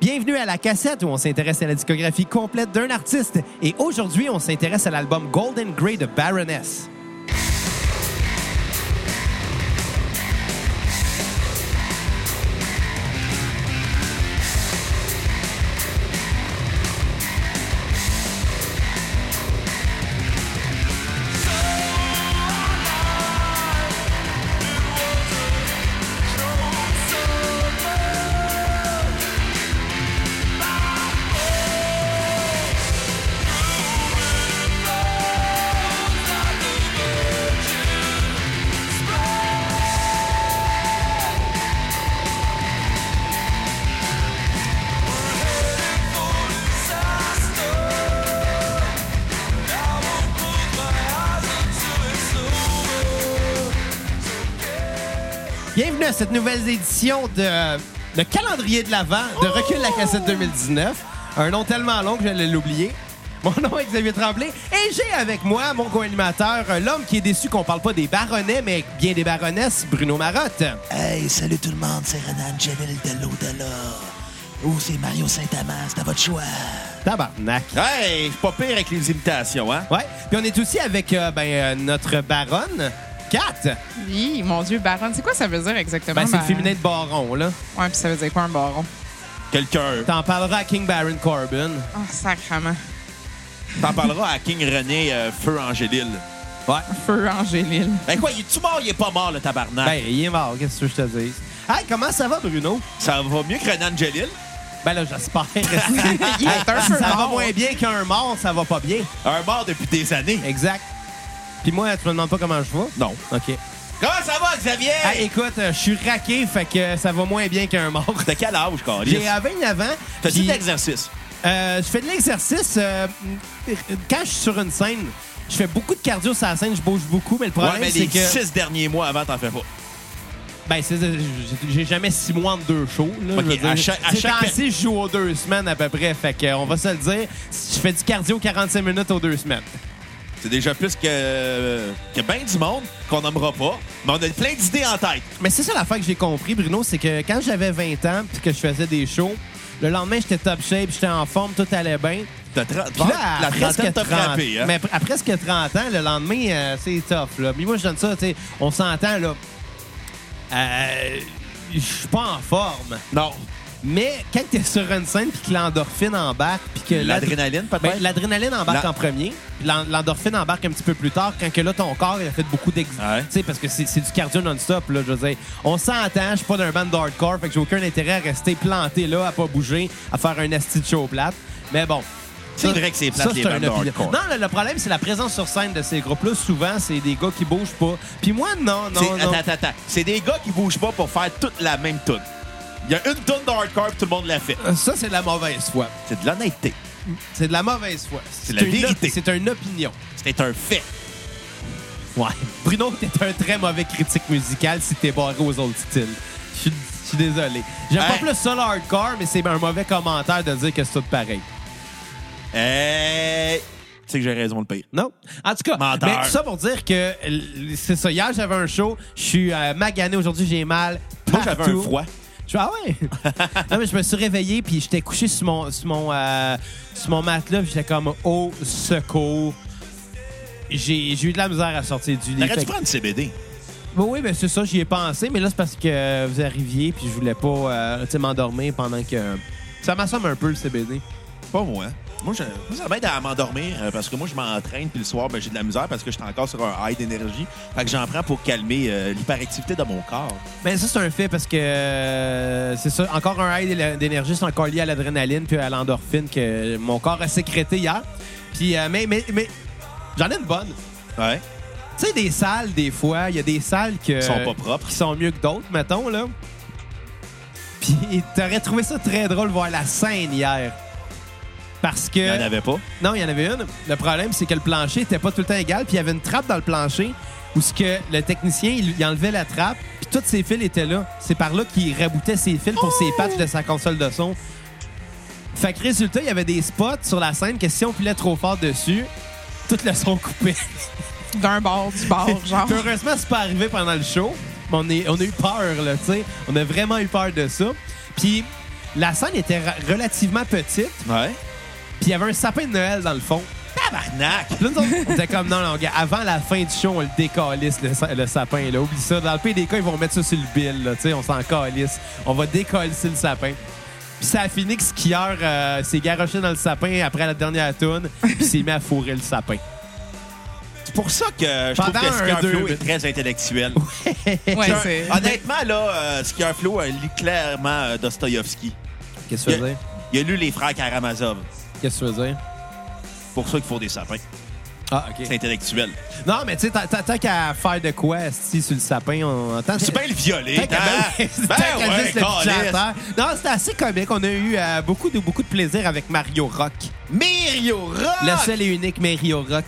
Bienvenue à la cassette où on s'intéresse à la discographie complète d'un artiste. Et aujourd'hui, on s'intéresse à l'album Golden Grey de Baroness. Bienvenue à cette nouvelle édition de, de calendrier de l'Avent de Recul la cassette 2019. Un nom tellement long que j'allais l'oublier. Mon nom est Xavier Tremblay et j'ai avec moi mon co-animateur, l'homme qui est déçu qu'on parle pas des baronnets, mais bien des baronnesses, Bruno Marotte. Hey, salut tout le monde, c'est Renan Genil de l'au-delà. Ou c'est Mario Saint-Amand, c'est à votre choix. Tabarnak. Hey, c'est pas pire avec les imitations, hein? Ouais. Puis on est aussi avec euh, ben, euh, notre baronne, Kat. Oui, mon Dieu, baronne. C'est quoi ça veut dire exactement? Ben, c'est le baronne? féminin de baron, là. Ouais, puis ça veut dire quoi un baron? Quelqu'un. T'en parleras à King Baron Corbin. Oh, sacrement. T'en parleras à King René euh, Feu Angélil. Ouais. Feu Angélil. Ben quoi, il est-tu mort? Il est pas mort, le tabarnak. Ben, il est mort, qu'est-ce que je te dis? Hey, comment ça va, Bruno? Ça va mieux que Renan Angélil. Ben là, j'espère. Il est un peu ça va mort. moins bien qu'un mort, ça va pas bien. Un mort depuis des années. Exact. Puis moi, tu me demandes pas comment je vais? Non. OK. Comment ça va, Xavier? Hey, écoute, euh, je suis raqué, fait que ça va moins bien qu'un mort. T'as quel âge, Carlis? J'ai euh, 29 ans. Fais-tu puis, de l'exercice? euh, je fais de l'exercice. euh, quand je suis sur une scène, je fais beaucoup de cardio sur la scène, je bouge beaucoup, mais le Ouais, problème, mais c'est les que... six derniers mois avant, t'en fais pas. Ben, c'est- j'ai- j'ai jamais six mois entre deux shows. Là, Ok, je veux dire. à chaque- à Ces chaque temps-ci, je joue aux deux semaines à peu près. Fait que, euh, on va se le dire, je fais du cardio 45 minutes aux deux semaines. C'est déjà plus que, que ben du monde qu'on n'aimera pas, mais on a plein d'idées en tête. Mais c'est ça l'affaire que j'ai compris, Bruno, c'est que quand j'avais 20 ans puis que je faisais des shows, le lendemain, j'étais top shape, j'étais en forme, tout allait bien. T'as tra- Puis là, à la presque trentaine t'a 30, frappé, hein? mais à presque 30 ans, le lendemain, euh, c'est tough. Là. Puis moi, je donne ça, tu sais, on s'entend, là. Euh, je suis pas en forme. Non. Mais quand t'es sur une scène puis que l'endorphine embarque puis que L'adrénaline, peut-être? Ben, l'adrénaline embarque La- en premier, puis l'en- l'endorphine embarque un petit peu plus tard quand que là ton corps il a fait beaucoup d'exercice, Ouais. parce que c'est c'est du cardio non-stop là, je veux dire. On s'entend, je suis pas d'un band d'hardcore, fait que j'ai aucun intérêt à rester planté là, à pas bouger, à faire un asti de show plate. Mais bon. C'est Ça- vrai que c'est ça, plate, les c'est un bandes opinion. hardcore. Non, le, le problème, c'est la présence sur scène de ces groupes-là. Souvent, c'est des gars qui bougent pas. Puis moi, non, C'est- non, non. Attends, attends, attends. C'est des gars qui bougent pas pour faire toute la même tune. Il y a une tune de hardcore, puis tout le monde l'a fait. Ça, c'est de la mauvaise foi. C'est de l'honnêteté. C'est de la mauvaise foi. C'est la une- vérité. C'est une opinion. C'est un fait. Ouais. Bruno, t'es un très mauvais critique musical si t'es barré aux autres styles. Je suis- je suis désolé. J'aime Hey. pas plus ça le hardcore, mais c'est un mauvais commentaire de dire que c'est tout pareil. Hey! Euh, Tu sais que j'ai raison, le pire. Non? En tout cas, Menteur. mais tout ça pour dire que l- c'est ça. Hier, j'avais un show. Je suis euh, magané. Aujourd'hui, j'ai mal. Moi, j'avais partout. un froid. Je suis, ah ouais? non, mais je me suis réveillé, puis j'étais couché sur mon, sur mon, euh, sur mon matelas, puis j'étais comme au secours. J'ai j'ai eu de la misère à sortir du lit. T'aurais Fait dû que- prendre CBD. Ben oui, ben c'est ça, j'y ai pensé, mais là, c'est parce que vous arriviez, puis je voulais pas euh, tu sais, m'endormir pendant que. Ça m'assomme un peu le CBD. Pas moi. Moi, je- moi, ça m'aide à m'endormir euh, parce que moi, je m'entraîne, puis le soir, ben, j'ai de la misère parce que j'étais encore sur un high d'énergie. Fait que j'en prends pour calmer euh, l'hyperactivité de mon corps. Ben ça, c'est un fait parce que euh, c'est ça. Encore un high d'éle- d'énergie, c'est encore lié à l'adrénaline puis à l'endorphine que mon corps a sécrété hier. Puis, euh, mais, mais, mais j'en ai une bonne. Ouais. Tu sais, des salles, des fois, il y a des salles que, Ils sont pas propres. qui sont mieux que d'autres, mettons, là. Puis, t'aurais trouvé ça très drôle voir la scène hier. Parce que. Il n'y en avait pas. Non, il y en avait une. Le problème, c'est que le plancher était pas tout le temps égal, puis il y avait une trappe dans le plancher où ce que le technicien, il, il enlevait la trappe, puis tous ses fils étaient là. C'est par là qu'il raboutait ses fils pour ses patchs de sa console de son. Fait que résultat, il y avait des spots sur la scène que si on pilait trop fort dessus, tout le son coupait. D'un bord, du bord, genre. Puis Heureusement, c'est pas arrivé pendant le show. Mais on, est, on a eu peur, là, tu sais. On a vraiment eu peur de ça. Puis La scène était ra- relativement petite, Ouais. puis il y avait un sapin de Noël dans le fond. Tabarnak! Puis là, nous autres, on était comme, non, non, gars, avant la fin du show, on le décalisse, le, sa- le sapin. Là. Oublie ça. Dans le PDK, ils vont mettre ça sur le bill. Là, tu sais, on s'en calisse. On va décalisser le sapin. Puis ça a fini que skieur euh, s'est garoché dans le sapin après la dernière toune, puis s'est mis à fourrer le sapin. C'est pour ça que je Pendant trouve que un, Scarflow deux. est très intellectuel. Ouais, C'est un- Ah, c'est- Honnêtement, là, euh, Scarflow a lu clairement euh, Dostoïevski. Qu'est-ce que tu veux dire? Il a lu Les Frères Karamazov. Qu'est-ce que tu veux dire? C'est pour ça qu'il faut des sapins. Ah, OK. C'est intellectuel. Non, mais tu sais, tant- tant tant qu'à faire de quoi, si sur le sapin, on entend. C'est bien le violer. Tant qu'à- hein? tant qu'à ouais, ben, juste le pitcher à câlisse. terre. Non, c'était assez comique. On a eu euh, beaucoup, de, beaucoup de plaisir avec Mario Rock. Mirio Rock! Le seul et unique Mario Rock.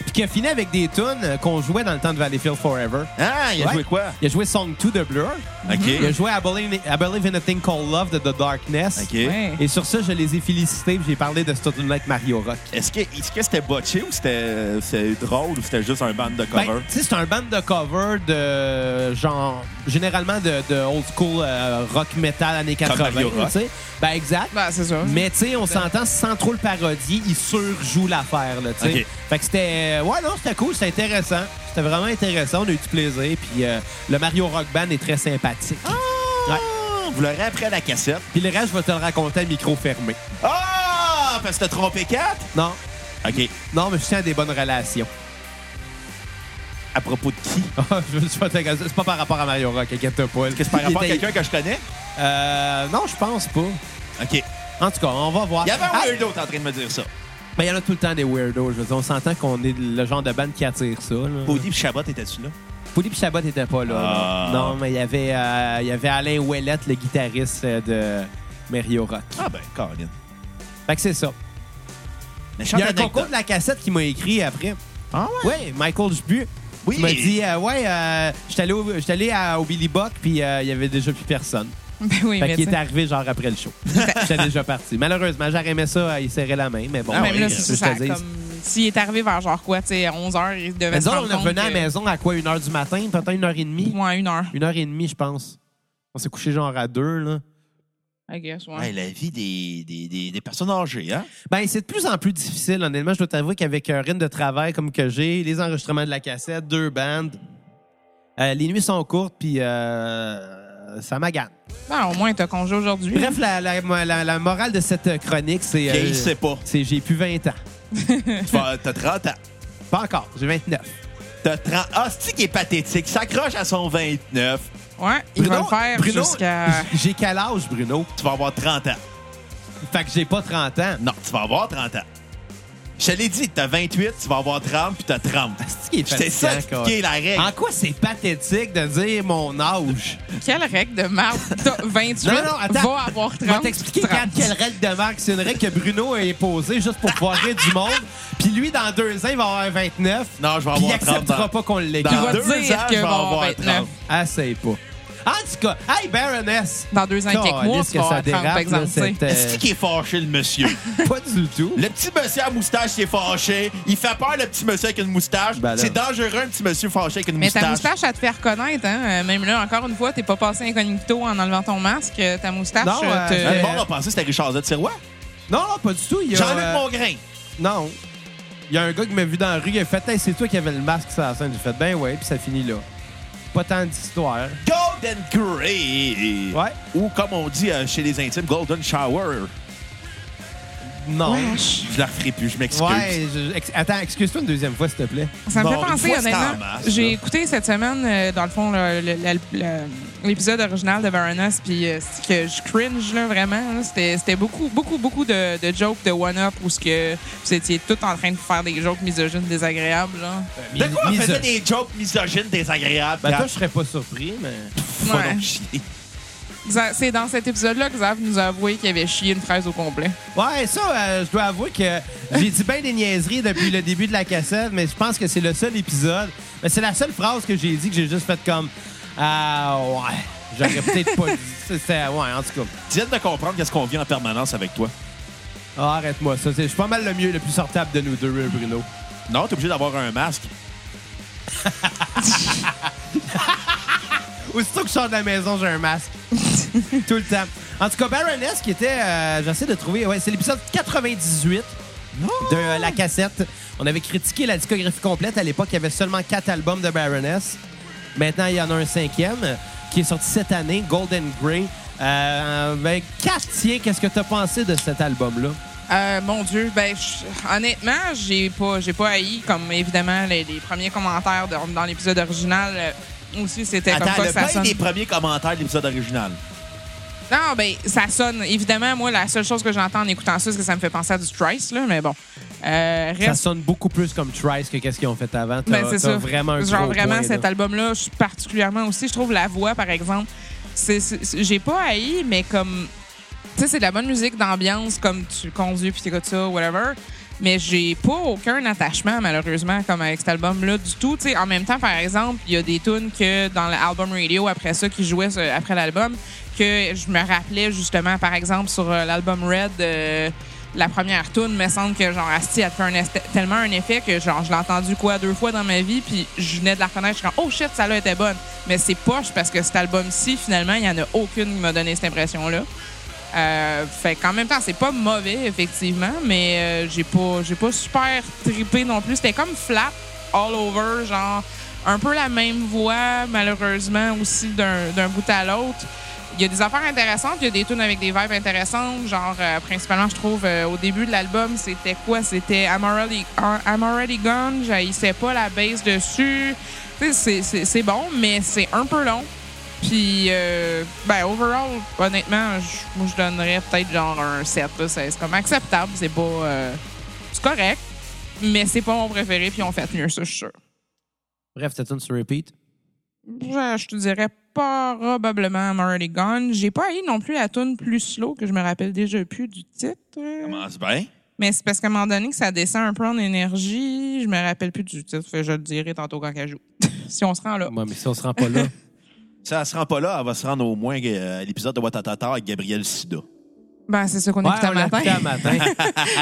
Puis qui a fini avec des tunes euh, qu'on jouait dans le temps de Valleyfield Forever. Ah, il a Ouais. joué quoi? Il a joué Song 2 de Blur. OK. Il a joué I Believe, I Believe in a Thing Called Love de The Darkness. OK. Ouais. Et sur ça, je les ai félicités puis j'ai parlé de ce tune avec Mario Rock. Est-ce que est-ce que c'était botché ou c'était c'était drôle ou c'était juste un band de Ben, cover? tu sais, c'est un band de cover de genre généralement de, de old school euh, rock metal années 80. Mario Rock. tu sais. Ben exact. Ben, c'est ça. Mais tu sais, on s'entend sans trop le parodier, il surjoue l'affaire là. tu sais. Ok. Fait que c'était euh, ouais non, c'était cool, c'était intéressant, c'était vraiment intéressant, on a eu du plaisir. Puis euh, le Mario Rock Band est très sympathique. Ah, Vous l'aurez après la cassette. Puis le reste, je vais te le raconter à micro fermé. Ah! Parce que t'as trompé 4? Non, OK. non, mais je tiens à des bonnes relations. Ah, À propos de qui? Je veux- je vais te- c'est pas par rapport à Mario Rock, inquiète pas. Est-ce que c'est par rapport à quelqu'un que je connais? Euh, non, je pense pas. OK. En tout cas, on va voir. Il y avait Ah, un weirdo en train de me dire ça. ben, il y en a tout le temps des weirdos. Je veux dire, on s'entend qu'on est le genre de band qui attire ça. là. Bodhi et Chabot étaient-tu là? Pouli et Chabot n'étaient pas là. Ah. Non, mais il y avait, euh, il y avait Alain Ouellette, le guitariste euh, de Mario Rock. Ah ben, Colin. Fait que c'est ça. Il Méchante y a un anecdote. concours de la cassette qui m'a écrit après. Ah ouais? Ouais, Michael Dubu. Oui. Il m'a dit, euh, ouais, euh, j'étais allé, au- j'étais allé à- au Billy Buck, puis euh, il y avait déjà plus personne. Ben oui, Fait mais qu'il tu est sais. arrivé genre après le show. J'étais déjà parti. Malheureusement, j'aurais aimé ça, euh, il serrait la main, mais bon. Ah Même oui, là, je c'est te ça, dis. comme... S'il est arrivé vers genre quoi, tu sais, à 11h, il devait Mais se disons, rendre on est compte revenu à la que- maison à quoi, une heure du matin, peut-être une heure et demie? Ouais, une heure, Une heure et demie, je pense. On s'est couché genre à deux, là. I guess, ouais. Ouais, la vie des, des, des, des personnes âgées, hein? Ben, c'est de plus en plus difficile, honnêtement. Je dois t'avouer qu'avec un rythme de travail comme que j'ai, les enregistrements de la cassette, deux bandes, euh, les nuits sont courtes, puis euh, ça m'agane. Ben, au moins, t'as congé aujourd'hui. Bref, la, la- la- la morale de cette chronique, c'est... euh, Gail sait pas. c'est j'ai plus 20 ans. Tu vas- T'as 30 ans. Pas encore, j'ai 29. T'as 30 Ah, c'est qui est pathétique. S'accroche à son 29. hein. Ouais, il va le faire Bruno, jusqu'à... J'ai quel âge, Bruno? Tu vas avoir 30 ans. Fait que j'ai pas 30 ans. Non, tu vas avoir 30 ans. Je te l'ai dit, t'as 28, tu vas avoir 30, puis t'as 30. C'est qui est J'étais fatigant, ça qui est la règle. En quoi c'est pathétique de dire mon âge? Quelle règle de merde? T'as 28, Non, non, attends. va avoir 30. Je vais t'expliquer 30. Kat, quelle règle de marque. C'est une règle que Bruno a imposée juste pour pouvoir rire du monde. Puis lui, dans deux ans, il va avoir 29. Non, je vais Puis il avoir 30 acceptera dans- pas qu'on l'écoute. Il Dans va deux dire ans, que je vais va avoir avoir 29. 30. Essaye pas. En tout cas, hey Baroness! Dans deux ans et quelques mois, Calisse tu que vas ça avoir 30, par dérape, là, exemple. tu sais. cette, euh, C'est qui est fâché, le monsieur? Pas du tout. le petit monsieur à moustache, il est fâché. Il fait peur, le petit monsieur avec une moustache. Ben là. c'est dangereux, un petit monsieur fâché avec une Mais moustache. ta moustache, elle te fait reconnaître. Hein? Euh, Même là, encore une fois, t'es pas passé incognito en enlevant ton masque. Euh, Ta moustache Non, euh, euh, te... j'avais Le monde a pensé que c'était Richard Z. Sirois. Non, non, pas du tout. Il y a, Jean-Luc euh, Mongrain. Non. Il y a un gars qui m'a vu dans la rue, il a fait Hey, c'est toi qui avais le masque sur la scène. J'ai fait Ben ouais, puis ça finit là. Pas tant d'histoire. Golden Grey. Ouais. Ou comme on dit euh, chez les intimes, Golden Shower. Non. Je la referai plus, je m'excuse. Ouais, je- ex- attends, excuse-toi une deuxième fois, s'il te plaît. Ça me Bon, fait une penser, fois, c'est en honnêtement. masse, là. J'ai écouté cette semaine, euh, dans le fond, le- le- le- le- l'épisode original de Baroness, puis euh, c'est que je cringe, là, vraiment. là. C'était c'était beaucoup, beaucoup, beaucoup de, de jokes de one-up où ce que vous étiez tous en train de faire des jokes misogynes désagréables, genre. De quoi on euh, Mise- faisait des jokes misogynes désagréables? Ben, toi, Gab? je serais pas surpris, mais. Faut Ouais. donc chier. Zav- C'est dans cet épisode-là que Zav nous a avoué qu'il avait chié une fraise au complet. Ouais, ça, euh, je dois avouer que j'ai dit bien des niaiseries depuis le début de la cassette, mais je pense que c'est le seul épisode. Mais c'est la seule phrase que j'ai dit que j'ai juste fait comme. Ah, ouais. J'aurais peut-être pas dit. C'était. Ouais, en tout cas. Dites de comprendre qu'est-ce qu'on vit en permanence avec toi. Ah, Arrête-moi, ça. c'est- Je suis pas mal le mieux, le plus sortable de nous deux, hein, Bruno. Non, t'es obligé d'avoir un masque. Aussitôt que je sors de la maison, j'ai un masque. Tout le temps. En tout cas, Baroness, qui était, euh, j'essaie de trouver, ouais, c'est l'épisode 98 de euh, la cassette. On avait critiqué la discographie complète. À l'époque, il y avait seulement quatre albums de Baroness. Maintenant, il y en a un cinquième euh, qui est sorti cette année, Golden Grey. Euh, ben, Cartier, qu'est-ce que tu as pensé de cet album-là? Euh, mon Dieu, ben je- honnêtement, j'ai pas, j'ai pas haï comme évidemment les, les premiers commentaires de- dans l'épisode original. euh, aussi, c'était comme Attends, ça le que ça plein sonne. des premiers commentaires de l'épisode original. Non, ben ça sonne. Évidemment, moi, la seule chose que j'entends en écoutant ça, c'est que ça me fait penser à du Trice, là. Mais bon, Euh, Ça reste. sonne beaucoup plus comme Trice que qu'est-ce qu'ils ont fait avant. T'as- Ben, c'est t'as ça. vraiment un Genre gros vraiment point, cet là. album-là, je suis particulièrement aussi, je trouve la voix par exemple, c'est c'est- j'ai pas haï, mais comme tu sais c'est de la bonne musique d'ambiance comme tu conduis puis t'écoutes ça whatever. Mais j'ai pas aucun attachement malheureusement comme avec cet album-là du tout. Tu sais en même temps, par exemple, il y a des tunes que dans l'album radio après ça qui jouaient sur- après l'album que je me rappelais justement par exemple sur euh, l'album Red. euh, la première tune me semble que genre Asti a fait un est- tellement un effet que genre je l'ai entendu quoi deux fois dans ma vie puis je venais de la reconnaître je suis comme oh shit ça là était bonne mais c'est poche parce que cet album-ci finalement il y en a aucune qui m'a donné cette impression là euh, fait qu'en même temps c'est pas mauvais effectivement mais euh, j'ai pas j'ai pas super trippé non plus c'était comme flat all over genre un peu la même voix malheureusement aussi d'un d'un bout à l'autre il y a des affaires intéressantes, il y a des tunes avec des vibes intéressantes, genre euh, principalement je trouve euh, au début de l'album, c'était quoi C'était I'm already, uh, I'm already gone, j'haïssais pas la base dessus. Tu sais, c'est- c'est c'est bon, mais c'est un peu long. Puis euh, ben overall, honnêtement, je- moi je donnerais peut-être genre un 7 là, c'est c'est comme acceptable, c'est pas euh, c'est correct, mais c'est pas mon préféré puis on fait mieux ça, je suis sûr. Bref, cette tune sur repeat. Je, je te dirais probablement I'm Already Gone. J'ai pas haï non plus la tune plus slow que je me rappelle déjà plus du titre. Commence bien. Mais c'est parce qu'à un moment donné que ça descend un peu en énergie. Je me rappelle plus du titre. Fait que je le dirai tantôt quand elle joue. si on se rend là. Moi, mais si on se rend pas là. Si elle se rend pas là, elle va se rendre au moins euh, à l'épisode de Watatata avec Gabriel Sida. Ben, c'est ça qu'on Ouais, écoute à on l'a matin. écouté à matin.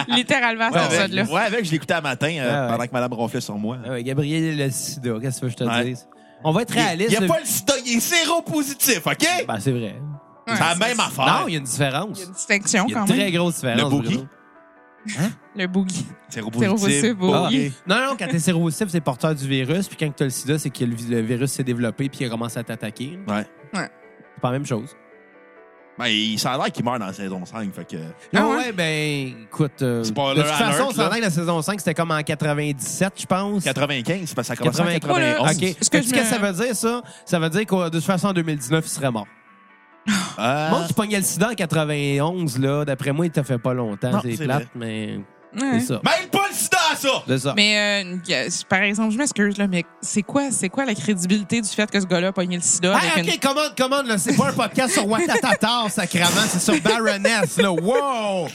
Littéralement, Ouais, c'est ouais. ça de là. ouais, avec, je l'écoutais à matin euh, Ah ouais. pendant que madame ronflait sur moi. Ah ouais, Gabriel le sida, qu'est-ce que je te Ouais. dise? On va être Il réaliste. n'y a le- pas le sida, il est séropositif, OK? Ben, c'est vrai. c'est la même affaire. Non, il y a une différence. Il y a une distinction Il y a quand une même. très grosse différence. Le boogie. Bruno. Le boogie. Séropositif. Séropositif, Ah. OK. Non, non, quand t'es séropositif, c'est porteur du virus. Puis quand t'as le sida, c'est que le, vi- le virus s'est développé puis il commence à t'attaquer. Ouais. C'est pas la même chose. Ben, il ça a l'air qu'il meurt dans la saison 5, fait que... Ah Non, ouais? ouais, ben, écoute. euh, de Spoiler toute façon, alert, on s'entend là. que la saison 5, c'était comme en 97, je pense. 95, parce que ça commence en 95. 91. OK. Ce Qu'est-ce que que, je me- ça veut dire, ça? Ça veut dire que de toute façon, en 2019, il serait mort. Euh, Le monde qui pognait le sida en 91, là, d'après moi, il t'a fait pas longtemps. Non, C'est c'est plate, mais Ouais. c'est ça. Mêle pas le sida à ça! C'est ça. Mais euh, que- par exemple, je m'excuse là, mais c'est quoi, c'est quoi la crédibilité du fait que ce gars-là a pogné le sida Hey, Ben, avec Ah, OK, commande, commande, là. C'est pas un podcast sur Watatata, sacrament. C'est sur Baroness, là. Wow!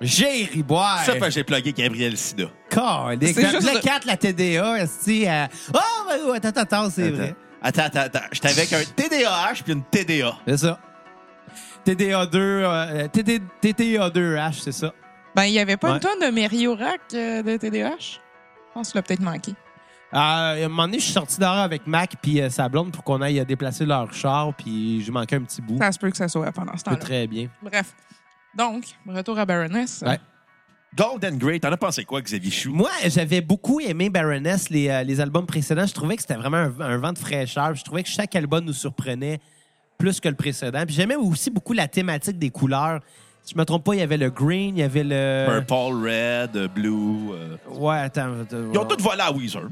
J'ai riboire. Ça fait que j'ai plugué Gabriel Sida. Calique. C'est juste- Le 4, la TDA, est-ce à... Oh, ben, Watatata, c'est vrai. Attends, attends, attends. J'étais avec un TDAH puis une TDA. C'est ça. TDA2, euh, TD TTA2H, c'est ça. une... Ben, il y avait pas Ouais. une tonne de Mériorac euh, de TDAH? Je pense que tu l'as peut-être manqué. Ah, à un moment donné, je suis sorti dehors avec Mac puis euh, sa blonde pour qu'on aille euh, déplacer leur char, puis je manquais un petit bout. Ça se peut que ça soit pendant ce C'était temps-là. très bien. Bref. Donc, retour à Baroness. Ouais. Golden Grey, t'en as pensé quoi, Xavier Chou? Moi, j'avais beaucoup aimé Baroness, les, euh, les albums précédents. Je trouvais que c'était vraiment un, un vent de fraîcheur. Je trouvais que chaque album nous surprenait plus que le précédent. Puis j'aimais aussi beaucoup la thématique des couleurs. Si je me trompe pas, il y avait le green, il y avait le... Purple, Red, euh, Blue... euh, Ouais, Ah, attends. Ils ont tous volé à Weezer.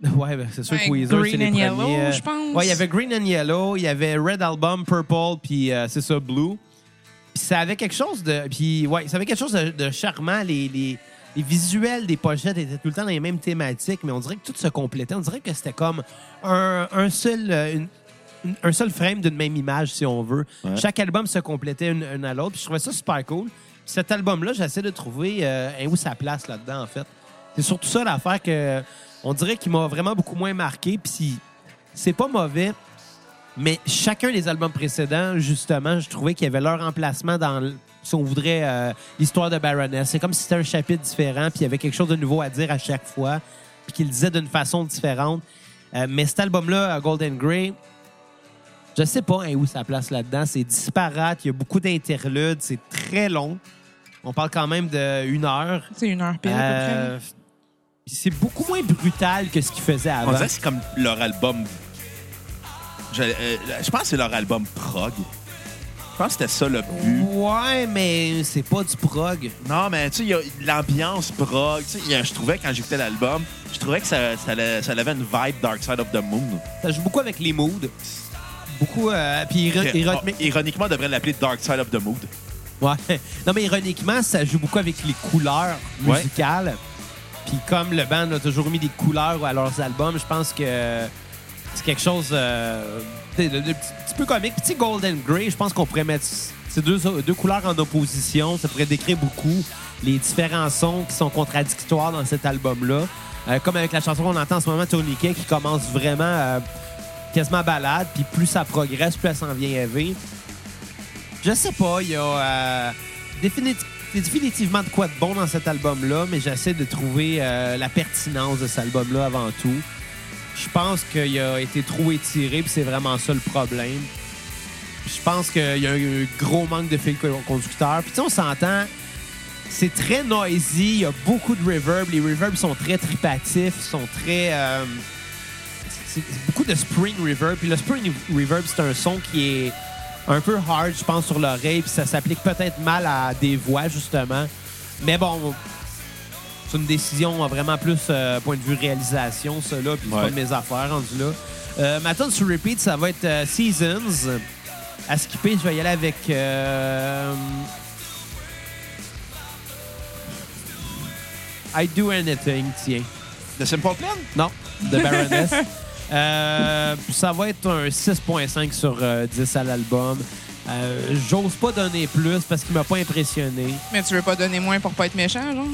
Ouais, ben, c'est sûr Ouais, que Weezer, Green c'est les and premiers. Yellow, euh, je pense. Ouais, il y avait Green and Yellow, il y avait Red Album, Purple, puis euh, c'est ça, Blue. Puis ça avait quelque chose de... Puis ouais, ça avait quelque chose de, de charmant. Les, les, les visuels des pochettes étaient tout le temps dans les mêmes thématiques, mais on dirait que tout se complétait. On dirait que c'était comme un, un seul... euh, une- une- un seul frame d'une même image, si on veut. Chaque album se complétait une, une à l'autre. Puis je trouvais ça super cool. Puis cet album-là, j'essaie de trouver euh, un où sa place là-dedans, en fait. C'est surtout ça l'affaire que on dirait qu'il m'a vraiment beaucoup moins marqué. Puis si- c'est pas mauvais, mais chacun des albums précédents, justement, je trouvais qu'il y avait leur emplacement dans, l- si on voudrait, euh, l'histoire de Baroness. C'est comme si c'était un chapitre différent, puis il y avait quelque chose de nouveau à dire à chaque fois, puis qu'il le disait d'une façon différente. Euh, mais cet album-là, euh, Golden Grey, Je sais pas hein, où sa place là-dedans. C'est disparate. Il y a beaucoup d'interludes. C'est très long. On parle quand même d'une heure. C'est une heure pile, à peu près. Euh, puis c'est beaucoup moins brutal que ce qu'il faisait On avant. dirait que c'est comme leur album. Je, euh, je pense que c'est leur album prog. Je pense que c'était ça le but. Ouais, mais c'est pas du prog. Non, mais tu sais, il y a l'ambiance prog. Tu sais, il y a- je trouvais, quand j'écoutais l'album, je trouvais que ça, ça, allait- ça avait une vibe Dark Side of the Moon. Ça joue beaucoup avec les moods. Beaucoup. euh, puis iro- Que- ironiquement- oh, ironiquement, on devrait l'appeler Dark Side of the Mood. Ouais. Non, mais ironiquement, ça joue beaucoup avec les couleurs Ouais. musicales. Puis comme le band a toujours mis des couleurs à leurs albums, je pense que c'est quelque chose euh, de, de- de petit, petit peu comique. Puis tu sais, Golden Grey, je pense qu'on pourrait mettre ces deux, deux couleurs en opposition. Ça pourrait décrire beaucoup les différents sons qui sont contradictoires dans cet album-là. Euh, comme avec la chanson qu'on entend en ce moment, Tony Kay, qui commence vraiment euh, quasiment balade, puis plus ça progresse, plus elle s'en vient élevée. Je sais pas, il y a euh, définiti- il y a définitivement de quoi de bon dans cet album-là, mais j'essaie de trouver euh, la pertinence de cet album-là avant tout. Je pense qu'il a été trop étiré, puis c'est vraiment ça le problème. Je pense qu'il y a eu un gros manque de fil co- conducteur. Puis tu sais, on s'entend, c'est très noisy, il y a beaucoup de reverb. Les reverbs sont très tripatifs, sont très... euh, c'est c'est beaucoup de spring reverb. Puis le spring reverb, c'est un son qui est un peu hard, je pense, sur l'oreille. Puis ça s'applique peut-être mal à des voix, justement. Mais bon, c'est une décision euh, vraiment plus euh, point de vue réalisation, ça, là. Puis c'est Ouais. pas de mes affaires, rendu là. Euh, ma tune sur repeat, ça va être euh, Seasons. À skipper, je vais y aller avec... euh, I Do Anything, tiens. De Simple Plan? Non, de Baroness. Euh, ça va être un 6.5 sur euh, 10 à l'album. Euh, J'ose pas donner plus parce qu'il m'a pas impressionné. Mais tu veux pas donner moins pour pas être méchant, genre?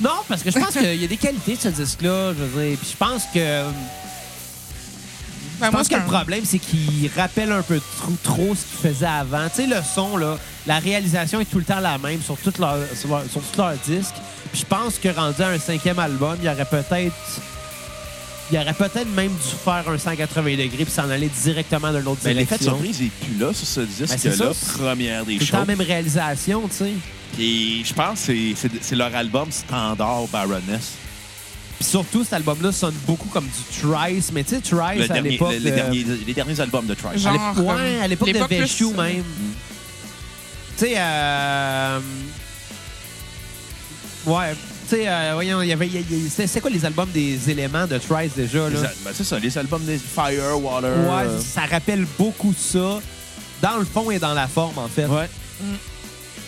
Non, parce que je pense qu'il y a des qualités de ce disque-là. Je veux dire, puis je pense que euh, Ben, je moi, pense c'est que le un- problème c'est qu'il rappelle un peu trop, trop ce qu'il faisait avant. Tu sais le son là, la réalisation est tout le temps la même sur toutes leurs sur, leur- sur tous leurs disques. Puis je pense que rendu à un cinquième album, il y aurait peut-être il aurait peut-être même dû faire un 180 degrés puis s'en aller directement dans l'autre Mais l'effet de direction. surprise n'est plus là sur ce disque-là, Ben, c'est ça. première des Tout le temps choses. même réalisation, tu sais. Et je pense que c'est- c'est c'est leur album standard Baroness. Puis surtout, cet album-là sonne beaucoup comme du Trice, mais tu sais, Le Trice à dernier, l'époque. le- les, euh, derniers, les derniers albums de Trice. À Genre, l'époque- comme ouais, à l'époque de l'époque plus- Veshu même. Tu sais, euh... Ouais, tu sais, euh, voyons, il y avait... il y- il- C'était c'était quoi les albums des éléments de Trice déjà, Les là? al- ben, c'est ça, les albums des Fire, Water. Ouais, euh, ça rappelle beaucoup ça, dans le fond et dans la forme, en fait. Ouais.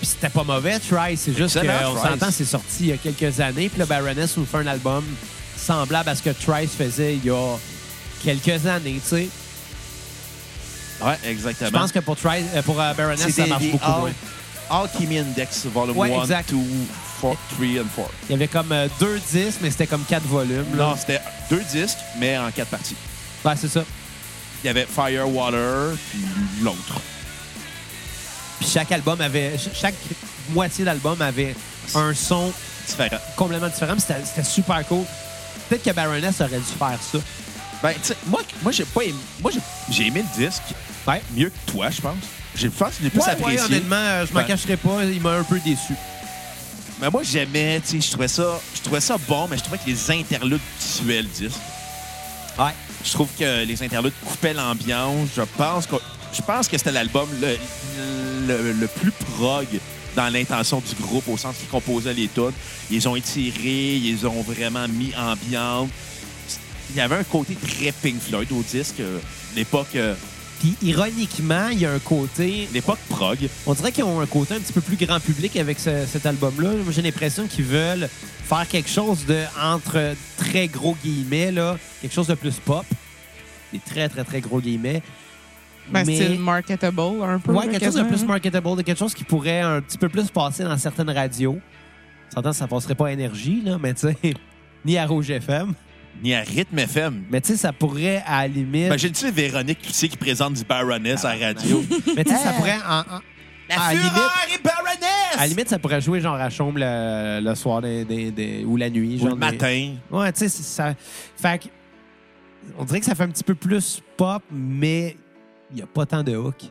Puis c'était pas mauvais, Trice, c'est juste Excellent, qu'on Trice. s'entend, c'est sorti il y a quelques années, puis le Baroness nous fait un album semblable à ce que Trice faisait il y a quelques années, tu sais. Ouais, Je exactement. pense que pour, Trice, euh, pour euh, Baroness, ça des- marche des ah beaucoup Al- moins. Alchemy Index, Volume Ouais, 1, exact. 2, 4, 3 and 4. Il y avait comme euh, deux disques, mais c'était comme quatre volumes. là. Non, c'était deux disques, mais en quatre parties. Ouais, c'est ça. Il y avait Fire, Water, puis l'autre. Puis chaque album avait. ch- Chaque moitié d'album avait un son Différent. complètement différent. puis C'était c'était super cool. Peut-être que Baroness aurait dû faire ça. Ben, tu sais, moi, moi j'ai pas aimé. Moi, j'ai j'ai aimé le disque Ouais. mieux que toi, je pense. J'ai- Je pense que je l'ai plus Ouais, ouais, apprécié. honnêtement, euh, je m'en Ouais. cacherai pas. Il m'a un peu déçu. Mais moi, j'aimais, tu sais, je trouvais ça, je trouvais ça bon, mais je trouvais que les interludes tuaient le disque. Ouais. Je trouve que les interludes coupaient l'ambiance. Je pense que, je pense que c'était l'album le, le, le plus prog dans l'intention du groupe, au sens qu'ils composaient les tunes. Ils ont étiré, ils ont vraiment mis ambiance. Il y avait un côté très Pink Floyd au disque, euh, l'époque euh, Puis ironiquement, il y a un côté. l'époque prog. On dirait qu'ils ont un côté un petit peu plus grand public avec ce- cet album-là. Moi, J'ai l'impression qu'ils veulent faire quelque chose de entre très gros guillemets, là, quelque chose de plus pop. Des très, très, très gros guillemets. Ben, Mais- style marketable, un peu. Ouais, là, quelque chose de quasiment. plus marketable, de quelque chose qui pourrait un petit peu plus passer dans certaines radios. S'entend, ça passerait pas à énergie, là, mais tu sais, ni à Rouge FM. Ni à Rhythm FM. Mais tu sais, ça pourrait à la limite. Ben, j'ai tu sais, Véronique Cloutier qui présente du Baroness à la radio. mais tu sais, ça pourrait en- en- à la limite- et Baroness! à la limite, ça pourrait jouer genre à Chaume le, le soir des- des- des- ou la nuit. Ou Genre le des- matin. Ouais, tu sais, c'est- ça. Fait que- On dirait que ça fait un petit peu plus pop, mais il n'y a pas tant de hooks.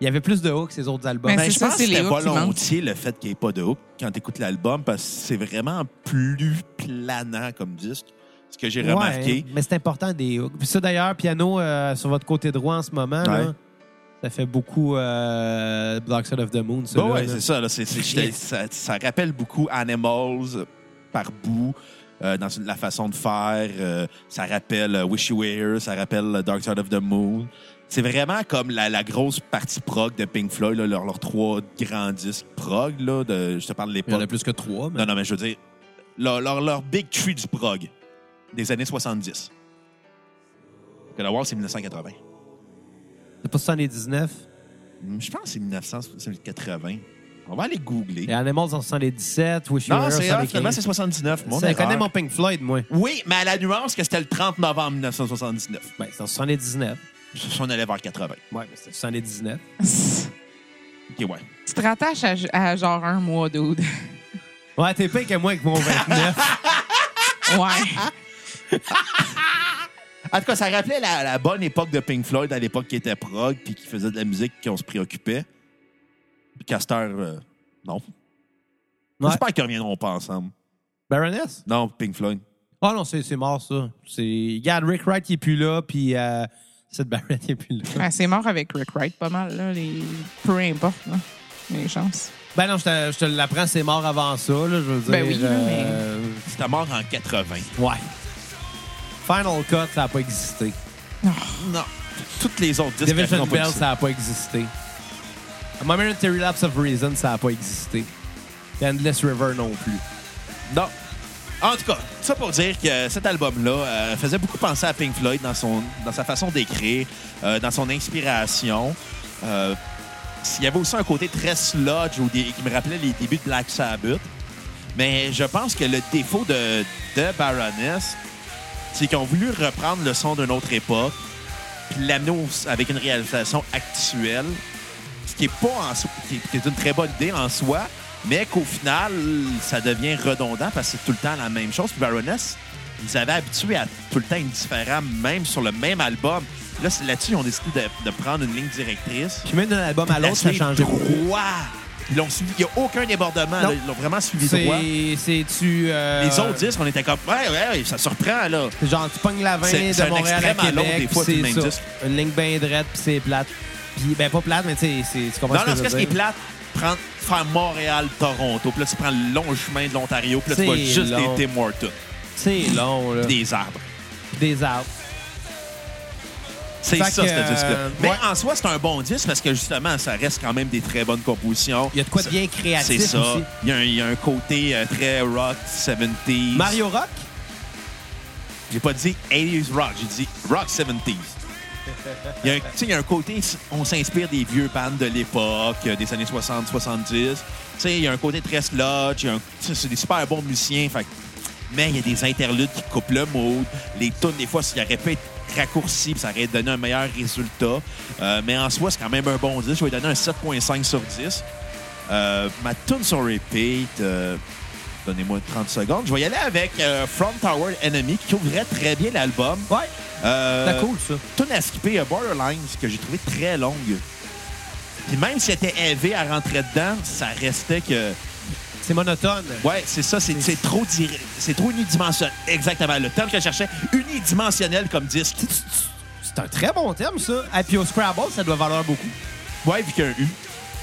Il y avait plus de hooks que ces autres albums. Ben, Ben, c'est je ça, pense c'est que c'était les hooks qui volontiers le fait qu'il n'y ait pas de hook quand tu écoutes l'album parce que c'est vraiment plus planant comme disque, ce que j'ai Ouais, remarqué. mais c'est important des hooks. Puis ça, d'ailleurs, piano euh, sur votre côté droit en ce moment, là, Ouais. ça fait beaucoup euh, Dark Side of the Moon. ça, là, Bon, Bah ouais, là. c'est ça, là, c'est- c'est- j'étais- ça. ça rappelle beaucoup Animals euh, par bout. euh, dans une- la façon de faire, euh, ça rappelle euh, Wish You Were, Here, ça rappelle euh, Dark Side of the Moon. C'est vraiment comme la, la grosse partie prog de Pink Floyd, là, leurs leurs trois grands disques prog. Là, de, je te parle de Il y en l'époque a plus que trois. mais- Non, non, mais je veux dire, leur, leur, leur big tree du prog des années 70. Que la Wall, c'est 1980. C'est pas 79. Hmm, Je pense que c'est 1980. On va aller googler. Et Animals en 77, Wish You Non, Were c'est ah, Here, finalement, c'est 79. Mon Ça erreur. connaît mon Pink Floyd, moi. Oui, mais à la nuance que c'était le 30 novembre 1979. Ben, c'est en 79. On allait vers 80. Ouais, mais c'était 79. OK, tu ouais. te rattaches à, à genre un mois, dude. Ouais, t'es pire que moi avec mon 29. Ouais. En tout cas, ça rappelait la, la bonne époque de Pink Floyd, à l'époque qui était prog, puis qui faisait de la musique, qu'on se préoccupait. Caster, euh, non. Ouais. J'espère qu'ils reviendront pas ensemble. Baroness? Non, Pink Floyd. Ah non, c'est c'est mort, ça. C'est... Regarde, Rick Wright, il est plus là, puis euh, Seth Barrett, il est plus là. Ben, c'est mort avec Rick Wright, pas mal, là. Les... Peu importe, là. Les chances. Ben non, je te, je te l'apprends, c'est mort avant ça, là, je veux dire. Ben oui, euh, C'était mort en 80. Ouais. Final Cut, ça n'a pas existé. Non. Toutes les autres disques Division n'ont pas Bell, eu ça. ça n'a pas existé. A Momentary Lapse of Reason, ça n'a pas existé. Puis Endless River non plus. Non. En tout cas, ça pour dire que cet album-là euh, faisait beaucoup penser à Pink Floyd dans, son, dans sa façon d'écrire, euh, dans son inspiration. Euh, il y avait aussi un côté très sludge au dé- qui me rappelait les débuts de Black Sabbath. Mais je pense que le défaut de, de Baroness, c'est qu'ils ont voulu reprendre le son d'une autre époque, puis l'amener au- avec une réalisation actuelle, ce qui est pas en soi- qui est- qui est une très bonne idée en soi, mais qu'au final, ça devient redondant parce que c'est tout le temps la même chose. Puis Baroness, ils avaient habitué à tout le temps être différent, même sur le même album. Là, c'est- là-dessus, ils ont décidé de- de prendre une ligne directrice. Puis même d'un album à l'autre, ça La a changé suite beaucoup. droit. Ils l'ont suivi. Il n'y a aucun débordement. Non. là. Ils l'ont vraiment suivi droit. C'est, c'est tu. euh, Les autres disques, on était comme, ouais, ouais, ouais, ça surprend, là. C'est Genre, tu pognes la 20 C'est- c'est de un Montréal à extrême à Québec, l'autre, des puis fois, puis c'est même ça. disque. Une ligne bien droite, puis c'est plate. Puis, ben, pas plate, mais tu sais, c'est- tu comprends Non, ce que non, je ce veux ce qui est dire. plate, prendre, faire Montréal-Toronto. Puis là, tu prends le long chemin de l'Ontario. Puis là, tu C'est vois juste long. des Tim Hortons, C'est long, là. Des, des arbres. arbres. C'est Fait ça, que, ce disque-là. euh, Mais ouais. en soi, c'est un bon disque parce que justement, ça reste quand même des très bonnes compositions. Il y a de quoi de Ça- bien créatif C'est ça. aussi. Il y, a un- il y a un côté euh, très rock 70s. Mario Rock? J'ai pas dit 80s rock, j'ai dit rock 70s. Il y, a un, tu sais, il y a un côté, on s'inspire des vieux bands de l'époque, euh, des années 60, 70. Tu sais, il y a un côté très sludge, il y a un- tu sais, c'est des super bons musiciens. Fait, que- mais il y a des interludes qui coupent le mode. Les tunes, des fois, s'il aurait pu être raccourci, puis ça aurait donné un meilleur résultat. Euh, mais en soi, c'est quand même un bon disque. Je vais lui donner un 7,5 sur 10. Euh, ma tune sur repeat, euh, donnez-moi 30 secondes. Je vais y aller avec euh, From Tower Enemy, qui ouvrait très bien l'album. Ouais. Euh, C'était cool, ça. Tune à skipper, euh, Borderlines, que j'ai trouvé très longue. Puis même si c'était élevé à rentrer dedans, ça restait que. C'est monotone. Ouais, c'est ça, c'est c'est trop direct. C'est trop unidimensionnel. Exactement, le terme que je cherchais, unidimensionnel comme disque. C'est- C'est un très bon terme, ça. Et puis au Scrabble, ça doit valoir beaucoup. Ouais, vu qu'il y a un U.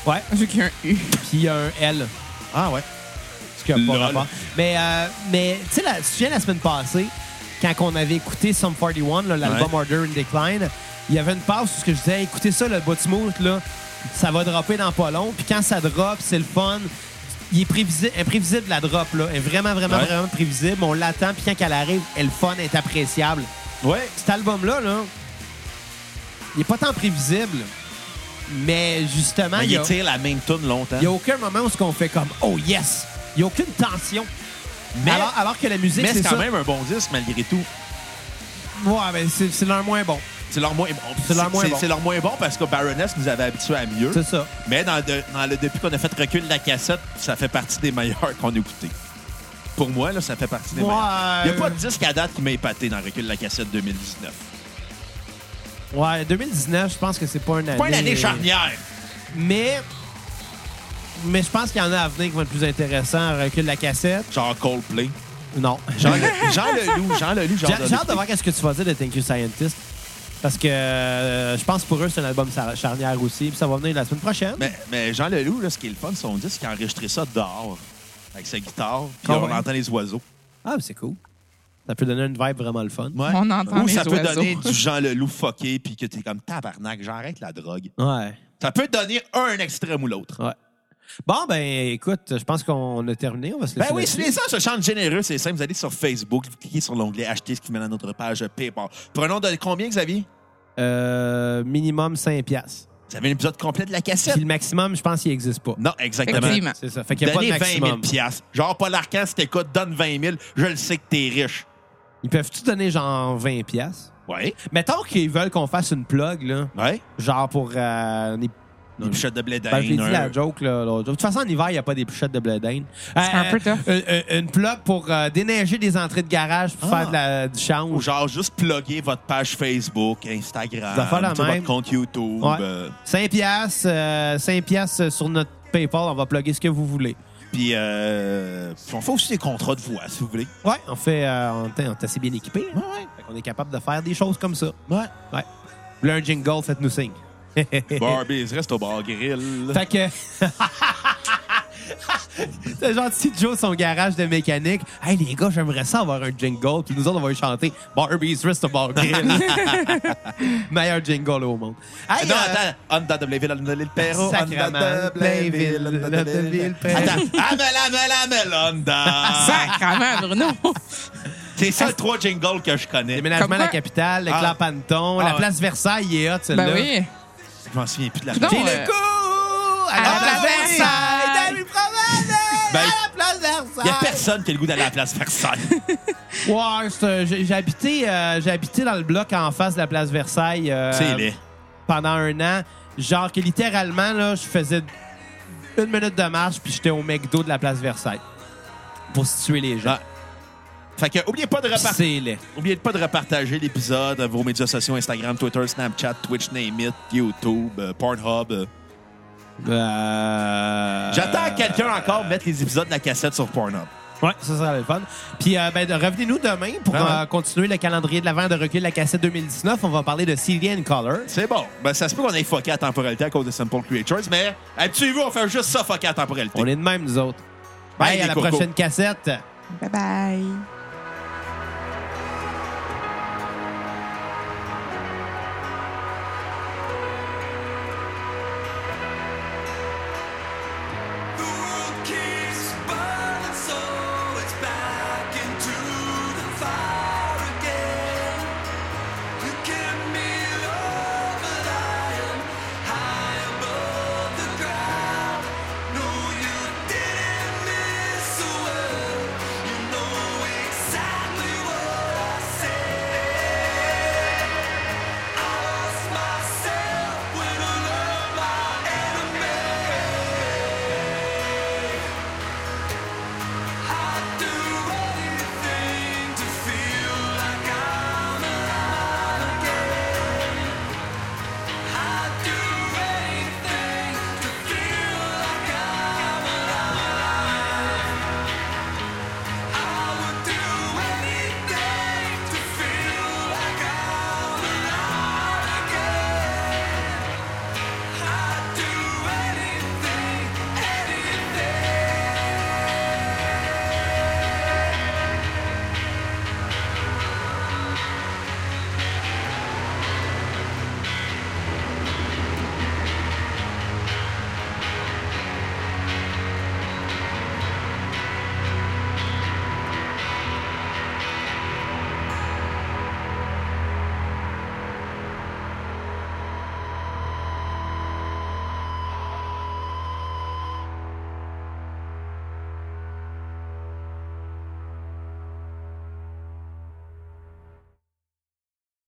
Ouais. Vu qu'il y a un U. Puis il y a un L. Ah ouais. ce qui a pas Lol. rapport. Mais, euh, mais tu sais, la- tu te souviens la semaine passée, quand on avait écouté Sum 41, là, l'album Ouais. Order in Decline, il y avait une pause où ce que je disais, écoutez ça, le Botmouth, là, ça va dropper dans pas long. Puis quand ça drop, c'est le fun. Il est prévisi- imprévisible, la drop, là. Elle est vraiment, vraiment, Ouais. vraiment prévisible. On l'attend, puis quand elle arrive, elle est fun, elle est appréciable. Ouais. Cet album-là, là, il est pas tant prévisible, mais justement, Mais il y il a- tire la même tune longtemps. il n'y a aucun moment où ce qu'on fait comme Oh yes! Il n'y a aucune tension. Mais- alors, alors que la musique, Mais c'est c'est ça. quand même un bon disque malgré tout. Ouais, ben, c'est c'est leur moins bon. C'est leur moins bon. C'est leur moins bon. C'est leur moins bon parce que Baroness nous avait habitués à mieux. C'est ça. Mais dans, de- dans le, depuis qu'on a fait recul de la cassette, ça fait partie des meilleurs qu'on a écoutés. Pour moi, là, ça fait partie des Ouais. meilleurs. Il n'y a pas de disque à date qui m'a épaté dans recul de la cassette 2019. Ouais, 2019, je pense que c'est pas un année. euh, Pas une année charnière. Mais, mais je pense qu'il y en a à venir qui vont être plus intéressants. Recule la cassette. Genre Coldplay. Non. Jean, Le- Jean Leloup. Jean Leloup. J'ai Jean j'ai hâte de Leloup. voir qu'est-ce que tu vas dire de Thank You Scientist. Parce que euh, je pense que pour eux, c'est un album sa- charnière aussi. Puis ça va venir la semaine prochaine. Mais, mais Jean Leloup, là, ce qui est le fun, son disque, il a enregistré ça dehors. Avec sa guitare. Puis Ah on ouais. entend les oiseaux. Ah, mais c'est cool. Ça peut donner une vibe vraiment le fun. Ouais. On entend Ou les ça peut oiseaux. donner du Jean Leloup fucké, puis que t'es comme tabarnak, j'arrête la drogue. Ouais. Ça peut donner un extrême ou l'autre. Ouais. Bon, ben, écoute, je pense qu'on a terminé. On va se Ben laisser oui, là-dessus. si les gens se chantent généreux, c'est simple. Vous allez sur Facebook, vous cliquez sur l'onglet Acheter ce qui mène à notre page PayPal. Prenons de combien, Xavier? Euh, minimum 5 piastres. Vous avez un épisode complet de la cassette? Puis le maximum, je pense qu'il n'existe pas. Non, exactement. Effectivement. C'est ça. Fait qu'il n'y a pas de Donnez 20 000 maximum. piastres. Genre, Paul Arcand, si t'écoutes, donne 20 000. Je le sais que t'es riche. Ils peuvent-tu donner genre 20 piastres? Ouais. Mettons qu'ils veulent qu'on fasse une plug, là. Ouais. Genre pour. euh, les- Une pichette de blé Ben, je l'ai dit d'Inde, un- la joke, là, l'autre jour. De toute façon, en hiver, il n'y a pas des pochettes de blé d'Inde. un peu tough. euh, euh, Une plug pour euh, déneiger des entrées de garage pour Ah. faire de la- du Ou change. genre, juste plugger votre page Facebook, Instagram, Des affaires la tu sais, même. votre compte YouTube. Ouais. euh, 5 piastres, euh, 5 piastres sur notre PayPal, on va plugger ce que vous voulez. Puis, euh, puis on fait aussi des contrats de voix, si vous voulez. Ouais, on fait. euh, on est on est assez bien équipé. hein. Fait qu'on est capable de faire des choses comme ça. Ouais. Ouais. Le jingle, faites-nous signe. Eh, Barbies, reste au bar grill. Fait que. C'est gentil Joe, son garage de mécanique. Hey, les gars, j'aimerais ça avoir un jingle. Puis nous autres, on va lui chanter Barbie's Wrist of Bar Grill. Meilleur jingle au monde. Hey, non, euh, attends. Honda de Blainville, Honda de l'île Perrault. Honda Sacrement, de Blainville, Blainville, Honda de l'île Perrault. Perrault. Attends. Amel, Amel, Amel, Honda. Sacrement, Bruno! C'est ça le trois jingles que je connais. Déménagement Comme à la quoi? capitale, le Ah. clan Panton, Ah la ouais. place Versailles est hot, celle-là. ben oui. Je m'en souviens plus de la Non. Puis Euh, le coup! À à la la place place Versailles! Versailles. Dans une promenade! Ben, À la place Il n'y a Versailles! personne qui a le goût d'aller à la place Versailles. Ouais, c'est, euh, j'ai j'ai habité, euh, j'ai habité dans le bloc en face de la place Versailles euh, C'est laid. pendant un an. Genre que littéralement, là, je faisais une minute de marche puis j'étais au McDo de la place Versailles pour situer les gens. Ah, Fait que, oubliez pas de Puis repartir. C'est laid. Oubliez pas de repartager l'épisode à vos médias sociaux Instagram, Twitter, Snapchat, Twitch, Name It, YouTube, euh, Pornhub. euh. Euh, J'attends quelqu'un encore mettre les épisodes de la cassette sur Pornhub. Ouais, ça serait le fun. Puis euh, ben, de- revenez-nous demain pour Vraiment. euh, continuer le calendrier de l'avant de recul de la cassette 2019. On va parler de Cillian Color. C'est bon. Ben, ça se peut qu'on ait foqué à la temporalité à cause de Simple Creatures, mais habituez-vous, on fait juste ça foqué à la temporalité. On est de même, nous autres. Bye, Bye, à les la cocos. prochaine cassette. Bye bye.